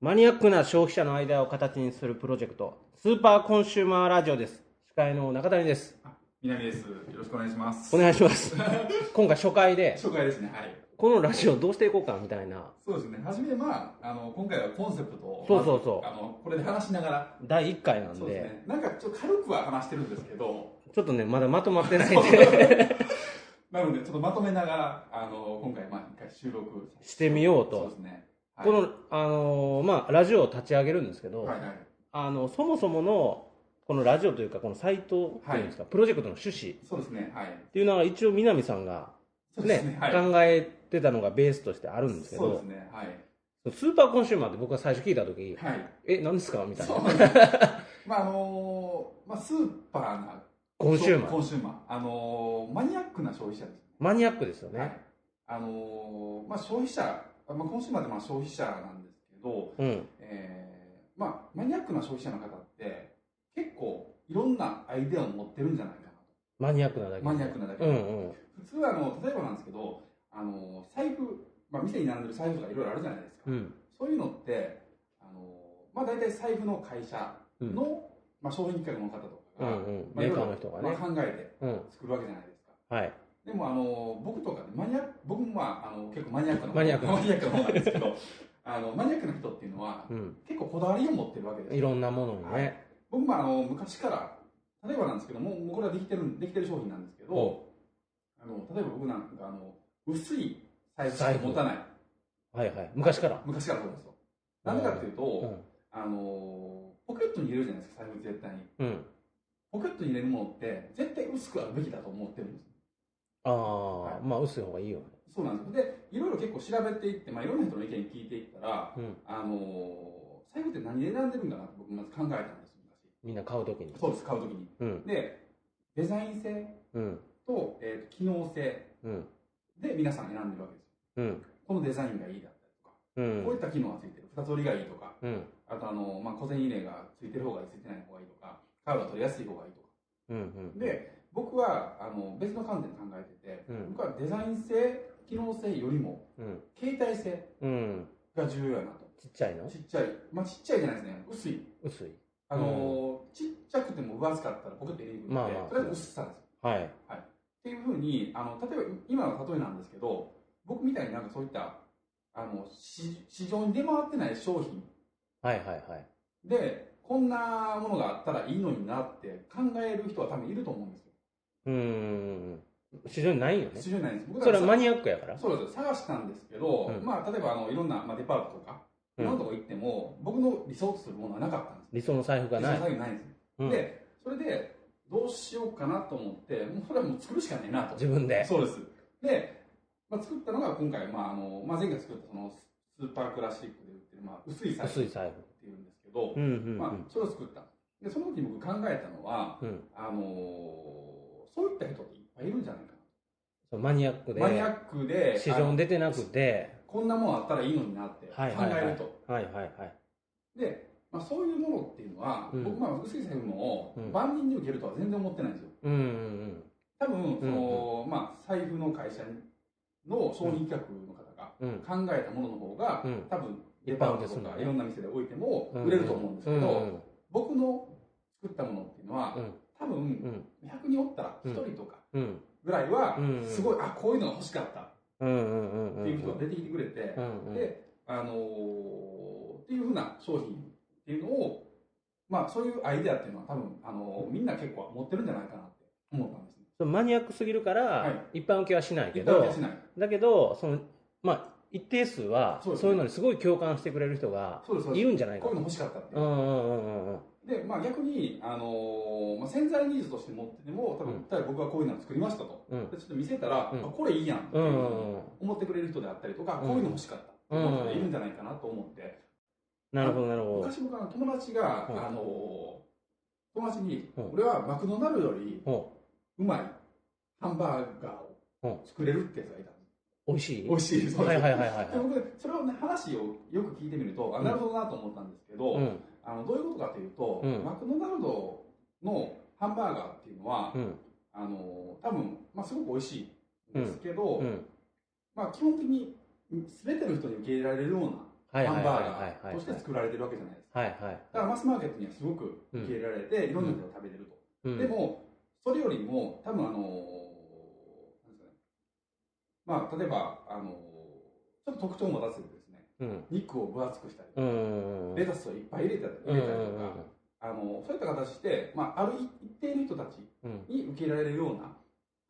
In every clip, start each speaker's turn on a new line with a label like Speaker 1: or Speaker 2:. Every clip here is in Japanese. Speaker 1: マニアックな消費者の間を形にするプロジェクト、スーパーコンシューマーラジオです。司会の中谷です。
Speaker 2: 南です。よろしくお願いします。
Speaker 1: お願いします。 今回初回で、
Speaker 2: 紹介ですね。はい。
Speaker 1: このラジオどうしていこうかみたいな、
Speaker 2: そうですね。はじめまああの今回はコンセプトを
Speaker 1: そうそうそう
Speaker 2: まずあのこれで話しながら
Speaker 1: 第1回なん
Speaker 2: そう
Speaker 1: で、
Speaker 2: ですね。なんかちょっと軽くは話してるんですけど、
Speaker 1: ちょっとね、まだまとまってないんで、
Speaker 2: なのでちょっとまとめながらあの今回まあ一回収録
Speaker 1: してみようと
Speaker 2: そうですね。はい
Speaker 1: この、あのーまあ、ラジオを立ち上げるんですけど、
Speaker 2: はいはい
Speaker 1: あの、そもそもの、このラジオというか、このサイトというんですか、プロジェクトの趣旨っ
Speaker 2: そうですね。はい。
Speaker 1: ていうのは一応南さんが
Speaker 2: そうで
Speaker 1: ね
Speaker 2: すね。はい。
Speaker 1: 考えてたのがベースとしてあるんですけ
Speaker 2: そうで
Speaker 1: ど
Speaker 2: す、ね。はい。
Speaker 1: スーパーコンシューマーって僕が最初聞いた時
Speaker 2: はい。
Speaker 1: え、何ですかみたい
Speaker 2: そ
Speaker 1: な。
Speaker 2: うですね。まああのまあスーパーな
Speaker 1: コンシューマ
Speaker 2: コ
Speaker 1: ー。
Speaker 2: ンシューマーあのマニアックな消費者です。
Speaker 1: マニアックですよね。
Speaker 2: はい、あのーまあ、消費者、まあ、今週までまあ消費者なんですけど、
Speaker 1: うん。
Speaker 2: えーまあ、マニアックな消費者の方って結構いろんなアイデアを持ってるんじゃないか
Speaker 1: マニアックなだ
Speaker 2: な
Speaker 1: け。
Speaker 2: マニアックなだけ
Speaker 1: う
Speaker 2: で、
Speaker 1: んうん。
Speaker 2: 普通はあの例えばなんですけどあの財布、まあ、店に並んでる財布とかいろいろあるじゃないですか、
Speaker 1: うん。
Speaker 2: そういうのってあの、まあ、大体財布の会社
Speaker 1: うん。
Speaker 2: の、まあ、商品企画の方と
Speaker 1: う
Speaker 2: かが、
Speaker 1: んうん。
Speaker 2: まあ、
Speaker 1: メ
Speaker 2: い
Speaker 1: ー
Speaker 2: ろい
Speaker 1: カ
Speaker 2: ろ
Speaker 1: ーの人が
Speaker 2: まあ
Speaker 1: ね。
Speaker 2: 考え
Speaker 1: うん
Speaker 2: て。作るわけじゃないですか
Speaker 1: はい。
Speaker 2: でもあの僕とかねマニア僕もまああの結構マニアックな
Speaker 1: マニアック
Speaker 2: マニアックな方なんですけどあのマニアックな人っていうのは
Speaker 1: うん。
Speaker 2: 結構こだわりを持ってるわけです
Speaker 1: い
Speaker 2: よ
Speaker 1: ろんなものにね。
Speaker 2: 僕もあの昔から例えばなんですけどもうもうこれはできてるできてる商品なんですけどあの例えば僕なんかあの薄い財布しか持たない
Speaker 1: はいはい。昔から。
Speaker 2: 昔からそうですよなんでかっていうと、
Speaker 1: うん。
Speaker 2: あのポケットに入れるじゃないですか財布絶対に
Speaker 1: うん。
Speaker 2: ポケットに入れるものって絶対薄くあるべきだと思ってるんです
Speaker 1: あ
Speaker 2: い
Speaker 1: あ、まあ、薄い方がいいよね。
Speaker 2: そうなんですよでいろいろ結構調べていって、まあ、いろんな人の意見聞いていったら
Speaker 1: うん。
Speaker 2: あのー、財布って何で選んでるんだなって僕まず考えたんです
Speaker 1: みんな買うときに
Speaker 2: 昔。そうです買うときに
Speaker 1: うん。
Speaker 2: でデザイン性
Speaker 1: うん。
Speaker 2: と,、えーと機能性
Speaker 1: うん。
Speaker 2: で皆さん選んでるわけですよ
Speaker 1: うん。
Speaker 2: このデザインがいいだったりとか、
Speaker 1: う
Speaker 2: こうんい。った機能がついてる二つ折りがいいとか
Speaker 1: うん。
Speaker 2: あとあのー、まあ、小銭入れがついてる方がいいついてない方がいいとかカードが取りやすい方がいいとか
Speaker 1: うん。うん。
Speaker 2: で僕はあの別の観点で考えてて、
Speaker 1: うん
Speaker 2: 僕はデザイン性機能性よりも
Speaker 1: うん。
Speaker 2: 携帯性
Speaker 1: うん。
Speaker 2: が重要やなと
Speaker 1: ちっちゃいの
Speaker 2: ちっちゃいまあちっちゃいじゃないですね薄い
Speaker 1: 薄い。
Speaker 2: あのーちっちゃくても分厚かったらポケット入れにくい
Speaker 1: ま
Speaker 2: の
Speaker 1: あ
Speaker 2: で、
Speaker 1: まあ
Speaker 2: とりあえず薄さです。っ
Speaker 1: はい。
Speaker 2: ていうふうにあの、例えば今の例えなんですけど、僕みたいになんかそういったあの市市場に出回ってない商品
Speaker 1: はいはいはい。
Speaker 2: で、こんなものがあったらいいのになって考える人は多分いると思うんですよ。
Speaker 1: うーん。市場にないよね。
Speaker 2: 市場にないんです。僕
Speaker 1: それはマ
Speaker 2: ニ
Speaker 1: ニアックやから。
Speaker 2: そうです探したんですけど、
Speaker 1: うん
Speaker 2: まあ、例えばあのいろんな、まあ、デパートとか、いろんなとこ行っても、僕の理想とするものはなかったんです。
Speaker 1: 理想の財布がない
Speaker 2: 理想。の財布ないんです。
Speaker 1: うん
Speaker 2: で、それで、どうしようかなと思って、もうそれはもう作るしかねえなと。
Speaker 1: 自分で。
Speaker 2: そうです。で、まあ、作ったのが今回、まああのまあ、前回作ったそのスーパークラシックで売ってる、まあ、薄い財布
Speaker 1: 薄
Speaker 2: っ
Speaker 1: い財
Speaker 2: ていうんですけど、
Speaker 1: 布。うんうん
Speaker 2: まあ、それを作った。で、その時に僕考えたのは、
Speaker 1: うん。うん
Speaker 2: あのーそういった人っていっぱいいるんじゃないか
Speaker 1: そう。マニアックで。
Speaker 2: な。マニアックで、
Speaker 1: 市場
Speaker 2: あ
Speaker 1: に
Speaker 2: の
Speaker 1: 出てなくて。
Speaker 2: こんなもんあったらいいのになって考
Speaker 1: はいはいはい
Speaker 2: えると。
Speaker 1: はいはいはい。
Speaker 2: で、まあ、そういうものっていうのは、
Speaker 1: うん
Speaker 2: 僕、まあ、薄い財布も
Speaker 1: うん
Speaker 2: 万人に受けるとは全然思ってないんですよ。
Speaker 1: うんうん
Speaker 2: 多分、その、まあ、財布の会社の商品企画の方が、
Speaker 1: うん。うん。
Speaker 2: 考えたものの方が、
Speaker 1: うん
Speaker 2: 多分
Speaker 1: 一
Speaker 2: デ
Speaker 1: 般
Speaker 2: パ
Speaker 1: 受
Speaker 2: ー
Speaker 1: け
Speaker 2: ト
Speaker 1: す
Speaker 2: と
Speaker 1: るのね
Speaker 2: かいろんな店で置いても
Speaker 1: うん
Speaker 2: 売れると思うんですけど、
Speaker 1: うん
Speaker 2: 僕の作ったものっていうのは、
Speaker 1: うん
Speaker 2: 多
Speaker 1: う
Speaker 2: 分
Speaker 1: ん
Speaker 2: 100人おったら1人とか
Speaker 1: うん
Speaker 2: ぐらいは、
Speaker 1: うん
Speaker 2: すごいあこういうのが欲しかったっ
Speaker 1: うんうんうんうん
Speaker 2: ていう人が出てきてくれて、
Speaker 1: うんうん
Speaker 2: であのーっていうふうな商品っていうのをまあそういうアイデアっていうのは多分、あのーみんな結構持ってるんじゃないかなって思ったんですね。
Speaker 1: そのマニアックすぎるから、
Speaker 2: は
Speaker 1: 一般受けはしないけ
Speaker 2: 一般受
Speaker 1: ど
Speaker 2: けしない
Speaker 1: だけどそのまあ一定数は
Speaker 2: そうです
Speaker 1: そ
Speaker 2: ね
Speaker 1: ういうのにすごい共感してくれる人が
Speaker 2: そうですそう
Speaker 1: い
Speaker 2: です
Speaker 1: るんじゃない
Speaker 2: こ
Speaker 1: か
Speaker 2: ういうの欲しかったっていう
Speaker 1: うんうんうんうんうん
Speaker 2: で、まあ、逆に、あのーまあ、潜在ニーズとして持ってても多
Speaker 1: うん
Speaker 2: 分、例えば僕はこういうのを作りましたと
Speaker 1: うん
Speaker 2: でちょっと見せたら、
Speaker 1: うん
Speaker 2: あこれいいやんって
Speaker 1: う
Speaker 2: い
Speaker 1: んう
Speaker 2: うんふうに
Speaker 1: うん
Speaker 2: 思ってくれる人であったりとか、
Speaker 1: うん
Speaker 2: こういうの欲しかったっていう人がいるんじゃないかなと思って、
Speaker 1: なるほどなるほど
Speaker 2: 昔僕あの友達が、
Speaker 1: うん
Speaker 2: あのー友達に、
Speaker 1: うん
Speaker 2: 俺はマクドナルドより
Speaker 1: お
Speaker 2: うまいハンバーガーを作れるってやつがいた、
Speaker 1: 美味しい
Speaker 2: 美味しいそう
Speaker 1: は
Speaker 2: で
Speaker 1: い
Speaker 2: す
Speaker 1: はいはいはい
Speaker 2: で僕それをね話をよく聞いてみるとあなるほどなと思ったんですけど、
Speaker 1: うん
Speaker 2: あのどういうことかというと、
Speaker 1: うん
Speaker 2: マクドナルドのハンバーガーっていうのは、
Speaker 1: うん
Speaker 2: あの多分、まあ、すごく美味しいんですけど、
Speaker 1: うん
Speaker 2: まあ、基本的に全ての人に受け入れられるような
Speaker 1: はいはい
Speaker 2: ハ
Speaker 1: は
Speaker 2: ン
Speaker 1: い
Speaker 2: バー
Speaker 1: は
Speaker 2: ガー
Speaker 1: い
Speaker 2: として作られてるわけじゃないですか。
Speaker 1: はいはい
Speaker 2: だからマスマーケットにはすごく受け入れられて、いろんな人が食べれると。
Speaker 1: うん
Speaker 2: でも、それよりも、多分あのーなんですかね、まあ、例えば、あのーちょっと特徴を持たせるですね、
Speaker 1: うん
Speaker 2: 肉を分厚くしたり、
Speaker 1: うん
Speaker 2: レタスをいっぱい入れたり入れたりとか、あのーそういった形で、まあ、ある一定の人たち
Speaker 1: うん
Speaker 2: に受け入れられるような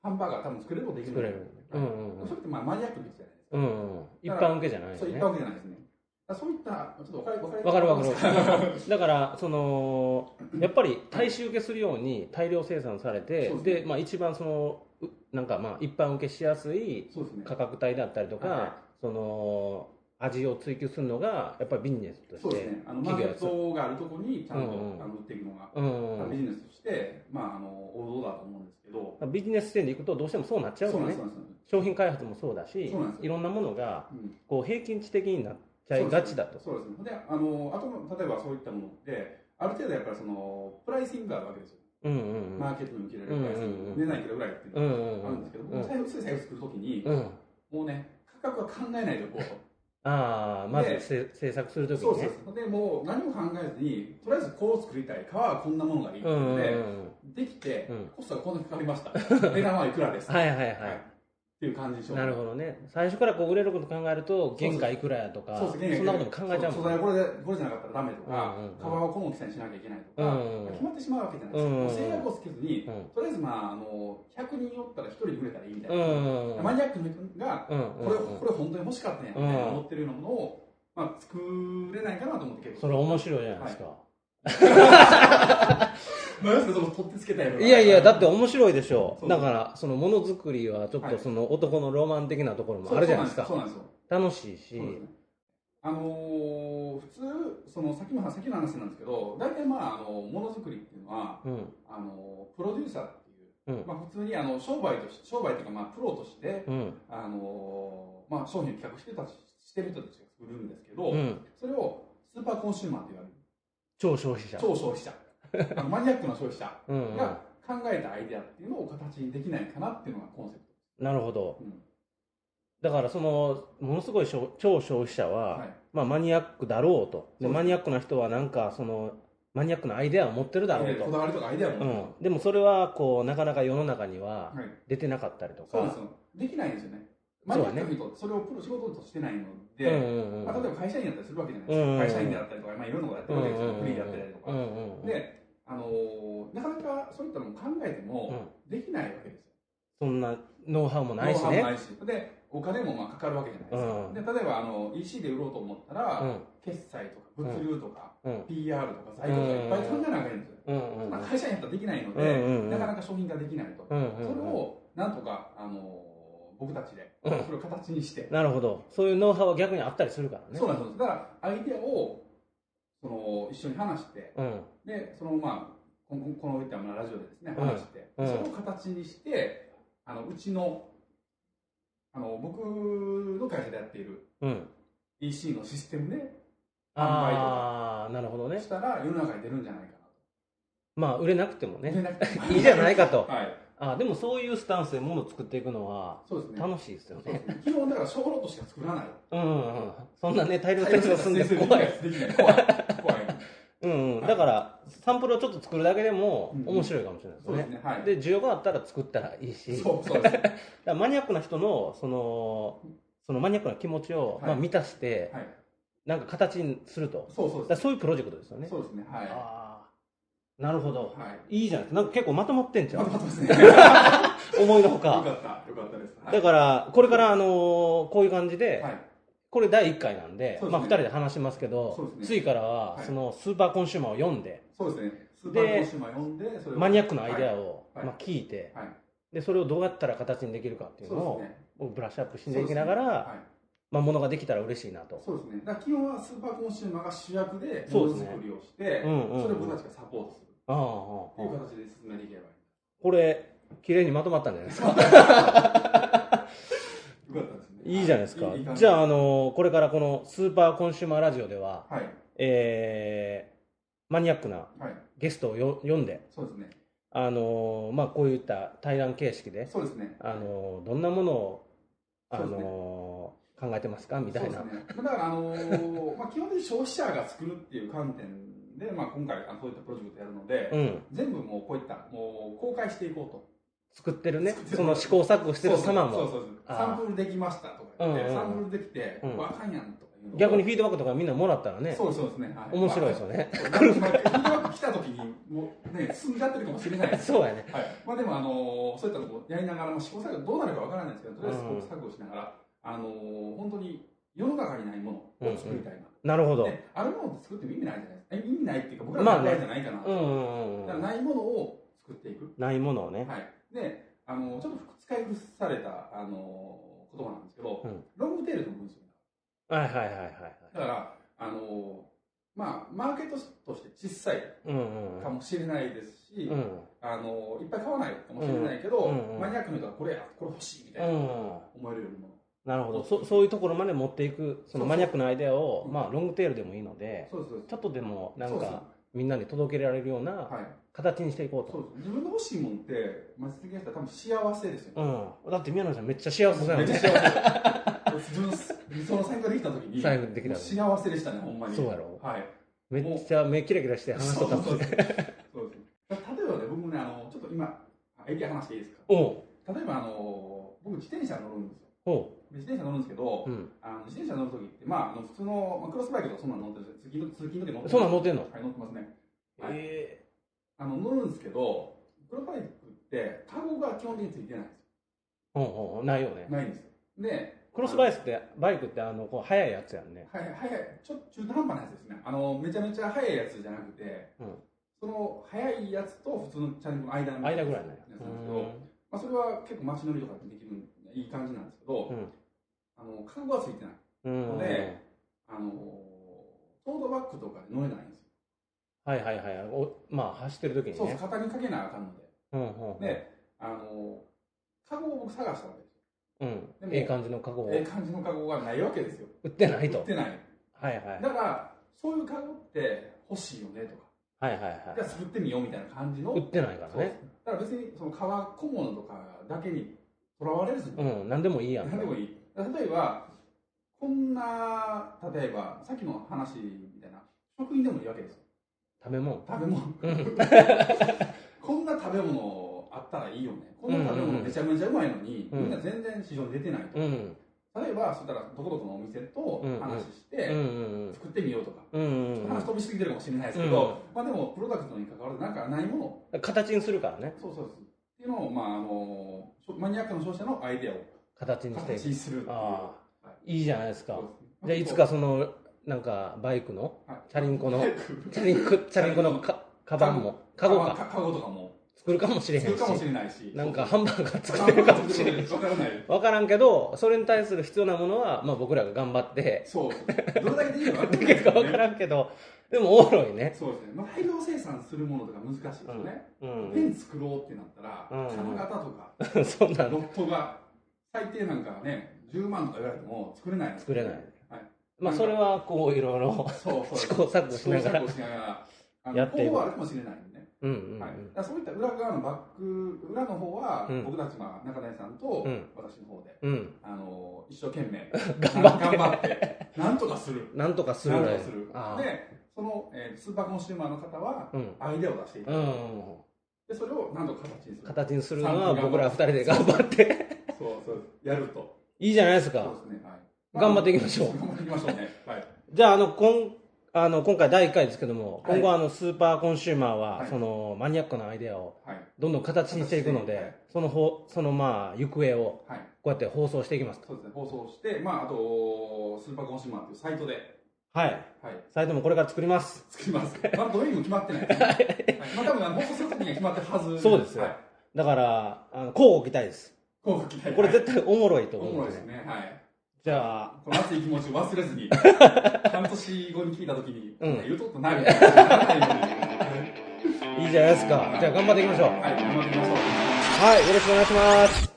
Speaker 2: ハンバーガー多分作れることできる
Speaker 1: 作れるうんうんうん
Speaker 2: それってまあマニアックですじゃないです
Speaker 1: う
Speaker 2: か。
Speaker 1: んうん一般受けじゃないよ
Speaker 2: そういっ
Speaker 1: ね
Speaker 2: たわけじゃないですね。だからそういった、ちょっとわかりわかり
Speaker 1: わかるわかる
Speaker 2: わかりま す
Speaker 1: だからそのやっぱり大衆受けするように大量生産されて
Speaker 2: そうです
Speaker 1: で、まあ、一番そのうなんかまあ一般受けしやすい
Speaker 2: そうですね。
Speaker 1: 価格帯だったりとか、
Speaker 2: はい
Speaker 1: その味を追求するのがやっぱりビジネスと
Speaker 2: そう
Speaker 1: し
Speaker 2: で
Speaker 1: て
Speaker 2: すね。あのマー
Speaker 1: 企
Speaker 2: ケ
Speaker 1: 業やっ
Speaker 2: ッ
Speaker 1: てた
Speaker 2: トがあるところにちゃんと、
Speaker 1: うんうん
Speaker 2: あの売っていくのが、
Speaker 1: うん
Speaker 2: ビジネスとして、まあ、あの王道だと思うんですけど、
Speaker 1: ビジネス視点でいくとどうしてもそうなっちゃう
Speaker 2: そ
Speaker 1: よ
Speaker 2: うなんで
Speaker 1: ね
Speaker 2: す、そうなんです。
Speaker 1: 商品開発もそうだし
Speaker 2: そうなんですよ
Speaker 1: いろんなものが
Speaker 2: うん
Speaker 1: こう平均値的になっちゃいがちだと。
Speaker 2: そうですね。そうですねで、あのあと例えばそういったもので、ある程度やっぱりそのプライシングがあるわけですよ。
Speaker 1: うんうん
Speaker 2: マーケットに受けられるプライシ
Speaker 1: うんうん
Speaker 2: ン
Speaker 1: うん
Speaker 2: グ、出ないけどぐらいっていう
Speaker 1: う
Speaker 2: の
Speaker 1: んうん
Speaker 2: があ
Speaker 1: う
Speaker 2: るん
Speaker 1: ん
Speaker 2: ですけど、
Speaker 1: う
Speaker 2: もうん財布制作作るときに、
Speaker 1: うん
Speaker 2: もうね、価格は考えないでおこうと。
Speaker 1: ああまずせ制作するとき
Speaker 2: そう
Speaker 1: に
Speaker 2: そう
Speaker 1: ね
Speaker 2: そう。で、もう何も考えずに、とりあえずこう作りたい、皮はこんなものがいいって
Speaker 1: う
Speaker 2: いうんの
Speaker 1: うんう
Speaker 2: で、
Speaker 1: ん
Speaker 2: できて、
Speaker 1: うん
Speaker 2: コストがこんなにかかりました。 値段はいくらです。
Speaker 1: はいはい
Speaker 2: はい、っ
Speaker 1: は
Speaker 2: ていう感じでし
Speaker 1: い
Speaker 2: ょう
Speaker 1: なるほどね最初からこう売れること考えると原価いくらやとか
Speaker 2: そう
Speaker 1: そ
Speaker 2: ですね
Speaker 1: んなことも考えちゃう
Speaker 2: そ
Speaker 1: もん
Speaker 2: 素材
Speaker 1: ね
Speaker 2: はこれでこれじゃなかったらダメとか、
Speaker 1: うんうんうん
Speaker 2: カバンはこの大きさにしなきゃいけないとか、
Speaker 1: うんうん
Speaker 2: 決まってしまうわけじゃないですか、
Speaker 1: うんうんうん
Speaker 2: 制約をつけずに、
Speaker 1: うん
Speaker 2: とりあえず、まあ、あの100人おったら1人売れたらいいみたいな、
Speaker 1: うんうん
Speaker 2: マニアックの人が
Speaker 1: うん
Speaker 2: こ
Speaker 1: う
Speaker 2: れ,、
Speaker 1: んう
Speaker 2: こ
Speaker 1: ん
Speaker 2: れ本当に欲しかったんやみたいな思ってるようなものを、まあ、作れないかなと思って結
Speaker 1: そ
Speaker 2: 構
Speaker 1: れ面白いじゃないですか
Speaker 2: 何ですかその取ってつけたいのが
Speaker 1: いやいやだって面白いでしょ
Speaker 2: そう
Speaker 1: だからそのものづくりはちょっ
Speaker 2: は
Speaker 1: と
Speaker 2: い
Speaker 1: その男のロマン的なところもあるじゃないですか
Speaker 2: そうなんですよ
Speaker 1: 楽しいし
Speaker 2: そうですねあのー普通その先の話先の話なんですけど大体まああのものづくりっていうのは
Speaker 1: うん
Speaker 2: あのプロデューサーっていう、
Speaker 1: うん
Speaker 2: まあ、普通にあの商売とし商売というかまあプロとして、
Speaker 1: うん
Speaker 2: あのまあ、商品を企画してたちしてる人たちが作るんですけど、
Speaker 1: うん
Speaker 2: それをスーパーコンシューマーと言われる
Speaker 1: 超消費者
Speaker 2: 超消費者あのマニアックな消費者
Speaker 1: うんうん
Speaker 2: が考えたアイデアっていうのを形にできないかなっていうのがコンセプ
Speaker 1: なるほど
Speaker 2: ト、うん
Speaker 1: だからそのものすごいしょ超消費者は、
Speaker 2: はい
Speaker 1: まあ、マニアックだろうとで
Speaker 2: そうです
Speaker 1: マニアックな人はなんかそのマニアックなアイデアを持ってるだろう、
Speaker 2: ことだわりとかアイデアも、
Speaker 1: うん、でもそれはこうなかなか世の中には
Speaker 2: はい、
Speaker 1: 出てなかったりと
Speaker 2: そうなん
Speaker 1: か
Speaker 2: ですよできないんですよねマ
Speaker 1: そう
Speaker 2: ニ
Speaker 1: ね
Speaker 2: アックな人ってそれをプロ仕事としてないの
Speaker 1: う
Speaker 2: で、
Speaker 1: んうんうん
Speaker 2: まあ、例えば会社員やったりするわけじゃないですか、
Speaker 1: うん
Speaker 2: 会社員であったりとか、まあ、いろんなことやって
Speaker 1: う
Speaker 2: る
Speaker 1: んう
Speaker 2: わけですよ、
Speaker 1: ん
Speaker 2: フリーでやったりとか、
Speaker 1: うんうんうん
Speaker 2: で、あのーなかなかそういったのを考えてもできないわけですよ。
Speaker 1: そんなノウハウもないし
Speaker 2: ノウハウも
Speaker 1: ね
Speaker 2: ないし。で、お金もまあかかるわけじゃないですか。
Speaker 1: うん
Speaker 2: で、例えばあの EC で売ろうと思ったら、
Speaker 1: うん
Speaker 2: 決済とか物流とか、
Speaker 1: うん
Speaker 2: PR とか在庫とかいっぱい考えなきゃいけないんですよ。
Speaker 1: うんうん
Speaker 2: まあ、会社員やったらできないので、
Speaker 1: うんうんうん
Speaker 2: なかなか商品化できないと。
Speaker 1: うんう
Speaker 2: それ
Speaker 1: んうん
Speaker 2: をなんとか、あのー僕たちで、それを形にして、
Speaker 1: なるほどそういうノウハウは逆にあったりするからね
Speaker 2: そうなんです。だから、アイデアをその一緒に話して、
Speaker 1: うん
Speaker 2: で、そのまあ、このこの言ったラジオでですね、
Speaker 1: うん
Speaker 2: 話して、
Speaker 1: うん
Speaker 2: それを形にして、あのうちのあの僕の会社でやっている
Speaker 1: うん
Speaker 2: EC のシステムで
Speaker 1: ああなるほどね
Speaker 2: したら世の中に出るんじゃないか
Speaker 1: まあ売れなくても
Speaker 2: なと。
Speaker 1: ね
Speaker 2: 出なくても
Speaker 1: いいじゃないかと
Speaker 2: はい。
Speaker 1: あーでもそういうスタンスで物を作っていくのは
Speaker 2: そうですね。
Speaker 1: 楽しいですよ
Speaker 2: そう
Speaker 1: ね
Speaker 2: ですね基本だから小ロとしか作らない。
Speaker 1: うんうんうんそんなね大 量生産するんで怖い
Speaker 2: できない。怖い。怖い。
Speaker 1: うんうん、
Speaker 2: はい
Speaker 1: だからサンプルをちょっと作るだけでも
Speaker 2: うんうん
Speaker 1: 面白いかもしれないです
Speaker 2: そうです
Speaker 1: ね。
Speaker 2: ね。はい。
Speaker 1: で需要があったら作ったらいいし、だか
Speaker 2: そうそうですね。
Speaker 1: らマニアックな人のそのそのマニアックな気持ちを、
Speaker 2: はい
Speaker 1: まあ満たして
Speaker 2: はい。
Speaker 1: なんか形にすると、
Speaker 2: そうそう
Speaker 1: だか
Speaker 2: で
Speaker 1: らそういうプロジェクトですよね
Speaker 2: す。。そうですね。はい。は
Speaker 1: ああ、なるほど。
Speaker 2: い。
Speaker 1: いいじゃないですか。なんか結構まとまってんじゃ
Speaker 2: まとま
Speaker 1: ん。
Speaker 2: って ますね。よか
Speaker 1: 思いのほ
Speaker 2: った。
Speaker 1: か。
Speaker 2: よかったです。はい
Speaker 1: だからこれからあのーこういう感じで、
Speaker 2: はい。
Speaker 1: これ第1回なんで、
Speaker 2: そうです
Speaker 1: ま
Speaker 2: ね
Speaker 1: あ2人で話しますけ
Speaker 2: そう
Speaker 1: ど、
Speaker 2: ですね
Speaker 1: 次からは
Speaker 2: はい
Speaker 1: そのスーパーコンシューマーを読んで。
Speaker 2: そうですね。スーパーコンシューマー読んで、それを
Speaker 1: マニアックなアイデアを、
Speaker 2: はい
Speaker 1: まあ、聞いて、
Speaker 2: はい
Speaker 1: でそれをどうやったら形にできるかっていうの
Speaker 2: そう
Speaker 1: を
Speaker 2: ですね。
Speaker 1: 僕ブラッシュアップしていきながら、
Speaker 2: はい
Speaker 1: まあ、ものができたら嬉しいなと
Speaker 2: そうですね。だから基本はスーパーコンシューマーが主役で、
Speaker 1: そ
Speaker 2: も
Speaker 1: うで
Speaker 2: の
Speaker 1: すね
Speaker 2: づくりをして、
Speaker 1: うんうんうん
Speaker 2: それを僕たちがサポートする
Speaker 1: あああ
Speaker 2: という
Speaker 1: あああ
Speaker 2: 形で進めていけばい
Speaker 1: これ綺麗にまとまったんじゃない ですか
Speaker 2: い。よかったですね。
Speaker 1: いいじゃないですか
Speaker 2: いい感
Speaker 1: じゃあ、あのこれからこの「スーパーコンシューマーラジオ」では、
Speaker 2: はい。
Speaker 1: えーマニアックな
Speaker 2: はい。
Speaker 1: ゲストをよ呼んで、
Speaker 2: そうですね。
Speaker 1: あのまあ、こういった対談形式で、
Speaker 2: そうですね。
Speaker 1: あのどんなものを、あ
Speaker 2: そうです
Speaker 1: の考えてますかみたいな。
Speaker 2: そうですね、だから、あのーまあ、基本的に消費者が作るっていう観点で、まあ、今回、あのそういったプロジェクトやるので、
Speaker 1: うん。
Speaker 2: 全部もうこういった、もう公開していこうと。
Speaker 1: 作ってるね
Speaker 2: 作っ。てる
Speaker 1: その試行錯誤してる様
Speaker 2: そう
Speaker 1: も。
Speaker 2: そうそうそう
Speaker 1: あー
Speaker 2: サンプルできましたとか言って、
Speaker 1: うんうんうん
Speaker 2: サンプルできて、
Speaker 1: うん
Speaker 2: これあかんやんとかいうのを
Speaker 1: 逆にフィードバックとかみんなもらったらね、
Speaker 2: そうですそうですね、はい
Speaker 1: 面白いですよね。
Speaker 2: まあフィードバック来た時にもうね進んじゃってるかもしれないです
Speaker 1: そうやね。
Speaker 2: はいまあ、でも、あのーそういったとこやりながらも試行錯誤どうなるかわからないんですけどとりあえず試
Speaker 1: うん
Speaker 2: 行錯誤しながら、あのー本当に世の中にないものを作りたい
Speaker 1: な
Speaker 2: な、
Speaker 1: るほど。
Speaker 2: であるものって作っても意味ないじゃないですかえ意味ないっていうか僕ら
Speaker 1: ま
Speaker 2: の
Speaker 1: あ
Speaker 2: 考
Speaker 1: ね
Speaker 2: えじゃないかな、
Speaker 1: うんうんう
Speaker 2: だから
Speaker 1: んうん。
Speaker 2: ないものを作っていく、
Speaker 1: ないものをね。
Speaker 2: はい、であのーちょっと使い古された、あのー言葉なんですけど、
Speaker 1: うん
Speaker 2: ロングテールの文章
Speaker 1: はいはいはいはい。
Speaker 2: だから、あのーまあ、マーケットとして小さい
Speaker 1: うんうんうん
Speaker 2: かもしれないですし、
Speaker 1: うん。
Speaker 2: あのーいっぱい買わないかもしれないけど、
Speaker 1: うんうん
Speaker 2: マニアックの人はこれやこれ欲しいみたいな、
Speaker 1: うん。
Speaker 2: 思えるよりも
Speaker 1: なるほど。そそういうところまで持っていく、そのマニアックなアイデアを
Speaker 2: そう、
Speaker 1: まあ、ロングテールでもいいので、
Speaker 2: そうですそうです
Speaker 1: ちょっとでも、な
Speaker 2: そ
Speaker 1: ん
Speaker 2: うです
Speaker 1: か、みんなに届けられるような
Speaker 2: はい
Speaker 1: 形にしていこう
Speaker 2: そう
Speaker 1: と。
Speaker 2: です自分の欲しいもんってまあ実現したら多分幸せですよね、
Speaker 1: うん。だって、宮野さんめっちゃ幸せだ
Speaker 2: め
Speaker 1: よ
Speaker 2: っちゃ
Speaker 1: ね。
Speaker 2: 幸せ自分の理想の選択できた時に
Speaker 1: 財布できた
Speaker 2: もう
Speaker 1: ら。
Speaker 2: 幸せでしたねほんまに
Speaker 1: そうやろ
Speaker 2: はい
Speaker 1: めっちゃ目キラキラして話しとったもん
Speaker 2: そう
Speaker 1: ね。
Speaker 2: そうそうですだから例えばね僕もねあのちょっと今エリア話していいですか
Speaker 1: おう
Speaker 2: 例えばあの僕自転車乗るんですよ
Speaker 1: おう
Speaker 2: で自転車乗るんですけど、
Speaker 1: うん。
Speaker 2: あの自転車乗る時ってまああの普通の、まあ、クロスバイクとかそんなん乗ってるんですよ通勤の通勤の時乗って
Speaker 1: そんなん乗ってんの
Speaker 2: はい乗ってますねはい
Speaker 1: え
Speaker 2: あの乗るんですけどクロスバイクってカゴが基本的についてないんです
Speaker 1: え。うんうん。ないよね
Speaker 2: よ。ないんですよで
Speaker 1: クロスバイスって、バイクって、あの、こう、速いやつやんね。
Speaker 2: はい、はい、ちょっと中途半端なやつですね。あの、めちゃめちゃ速いやつじゃなくて、
Speaker 1: うん
Speaker 2: その速いやつと普通のチャリンコの間の
Speaker 1: 間ぐらいね
Speaker 2: やつなんですけど、まあ、それは結構街乗りとかでできる、いい感じなんですけど、
Speaker 1: うん
Speaker 2: あの、カゴがついてない。
Speaker 1: うん。うん。
Speaker 2: であの、トートバッグとかで乗れないんですよ。
Speaker 1: はいはいはい。おまあ、走ってる時に
Speaker 2: そうです
Speaker 1: ね。
Speaker 2: 肩にかけなあかんので。
Speaker 1: うんうんうん。
Speaker 2: で、あの、カゴを僕探したわけですよ。
Speaker 1: うん
Speaker 2: で。も
Speaker 1: ええ感じのカゴを
Speaker 2: ええ感じのカゴがないわけですよ。
Speaker 1: 売ってない
Speaker 2: 売
Speaker 1: と
Speaker 2: っ。てない。
Speaker 1: はいはい。はい
Speaker 2: だから、そういうカゴって欲しいよねとか、
Speaker 1: はい
Speaker 2: じゃ
Speaker 1: は
Speaker 2: あ作ってみようみたいな感じの
Speaker 1: い。売ってないから
Speaker 2: そうです
Speaker 1: ね。
Speaker 2: だから別にその革小物とかだけにとらわれずに
Speaker 1: うん。何でもいいやん。
Speaker 2: 何でもいい。だから例えば、こんな、例えば、さっきの話みたいな、食品でもいいわけですよ。
Speaker 1: 食べ物。
Speaker 2: 食べ物。
Speaker 1: うん。
Speaker 2: こんな食べ物あったらいいよね。こんな食べ物めちゃめちゃうまいのに、
Speaker 1: うん
Speaker 2: みんな全然市場に出てないと。
Speaker 1: うん。
Speaker 2: 例えば、そしたら、どこどこのお店と話して、
Speaker 1: うんうん
Speaker 2: 作ってみようとか。
Speaker 1: うん。うん
Speaker 2: ちょっと
Speaker 1: うん
Speaker 2: 話飛びすぎてるかもしれないですけど、まあでも、プロダクトに関わるなんかないもの
Speaker 1: うん。形にするからね。
Speaker 2: そうそうそう。っていうのを、まあ、あの、マニアックの消費者のアイデアを
Speaker 1: 形にしてい
Speaker 2: 形
Speaker 1: く。
Speaker 2: にするっていう。
Speaker 1: ああ
Speaker 2: は。
Speaker 1: いいじゃないですか。
Speaker 2: そう
Speaker 1: じゃあ、い
Speaker 2: ですね
Speaker 1: つか、その、なんか、バイクの、
Speaker 2: はい
Speaker 1: チャリンコの
Speaker 2: はい
Speaker 1: チャリンコ、チャリンコのか、カバンも、カゴか、
Speaker 2: カカゴとかも、
Speaker 1: 作るかもしれへん
Speaker 2: 作るかも
Speaker 1: し
Speaker 2: し、れないし。
Speaker 1: なんか
Speaker 2: そ
Speaker 1: ハンバーガー
Speaker 2: うそう、
Speaker 1: 作ってるかもしれへん。
Speaker 2: わからない。
Speaker 1: わからんけど、それに対する必要なものは、まあ僕らが頑張って、
Speaker 2: そう。どれだけできるか分かんない
Speaker 1: 結果わか
Speaker 2: ね。
Speaker 1: らんけど、でもおもろいね。
Speaker 2: そうですね。まあ、大量生産するものとか難しいですよね。
Speaker 1: う
Speaker 2: ペ
Speaker 1: ん。
Speaker 2: ン作ろうってなったら、
Speaker 1: うん
Speaker 2: 金型とか、
Speaker 1: そんな
Speaker 2: ロ
Speaker 1: の
Speaker 2: ットが、最低なんかね、10万とか言われても作れないです
Speaker 1: 作れない。
Speaker 2: はい
Speaker 1: まあそれは、こう、いろいろ
Speaker 2: そうそう。
Speaker 1: 試行錯誤しながら
Speaker 2: 試行錯誤しながらあの
Speaker 1: やっていく
Speaker 2: 方法はあるかもしれないんでね。
Speaker 1: うん
Speaker 2: はい、だからそういった裏側のバック裏の方は、
Speaker 1: うん
Speaker 2: 僕たち、まあ、中谷さんと
Speaker 1: うん
Speaker 2: 私の方で、
Speaker 1: うんうん。うん。
Speaker 2: あの一生懸命 頑張ってなんとかする
Speaker 1: なんとかする
Speaker 2: なんと
Speaker 1: ね
Speaker 2: かする
Speaker 1: ああ。
Speaker 2: でその、えースーパーコンシューマーの方は
Speaker 1: うん。
Speaker 2: アイデアを出していく、
Speaker 1: うん。
Speaker 2: でそれを何とか形にする
Speaker 1: 形にするのは僕ら二人で頑張って。
Speaker 2: そうそうやると
Speaker 1: いいじゃないです
Speaker 2: そう
Speaker 1: か。
Speaker 2: ですね、はい
Speaker 1: 頑張っていきましょう
Speaker 2: 頑張っていきましょうねはい
Speaker 1: じゃあ、あの、こんあの今回第1回ですけども、
Speaker 2: はい
Speaker 1: 今後あの、スーパーコンシューマーは、
Speaker 2: はい
Speaker 1: そのマニアックなアイデアを
Speaker 2: はい
Speaker 1: どんどん形にしていくの
Speaker 2: はい
Speaker 1: で、そのほそのまあ行方を
Speaker 2: はい
Speaker 1: こうやって放送していきますと。
Speaker 2: そうですね放送してまああとスーパーコンシューマーっていうサイトで
Speaker 1: はい。
Speaker 2: はい
Speaker 1: サイトもこれから作ります。
Speaker 2: 作り ます。まだどういうにも決まってないです、ね。はいまあ多分あの放送する時には決まってるはず。
Speaker 1: そうですよ
Speaker 2: はい。
Speaker 1: だから、あの交互期待です。
Speaker 2: こう期待。
Speaker 1: これ絶対おもろいと
Speaker 2: 対お
Speaker 1: 思う
Speaker 2: も
Speaker 1: ん
Speaker 2: ろい
Speaker 1: で
Speaker 2: ですす
Speaker 1: ね。
Speaker 2: ね。はい。
Speaker 1: じゃあ、
Speaker 2: この熱い気持ちを忘れ ずに、半年後に聞いた時に、
Speaker 1: うん
Speaker 2: 言うとったなみたいな。はい
Speaker 1: いいじゃないですか。じゃあ頑張っていきましょう。
Speaker 2: はい、頑張っていきましょう。
Speaker 1: はい、よろしくお願いします。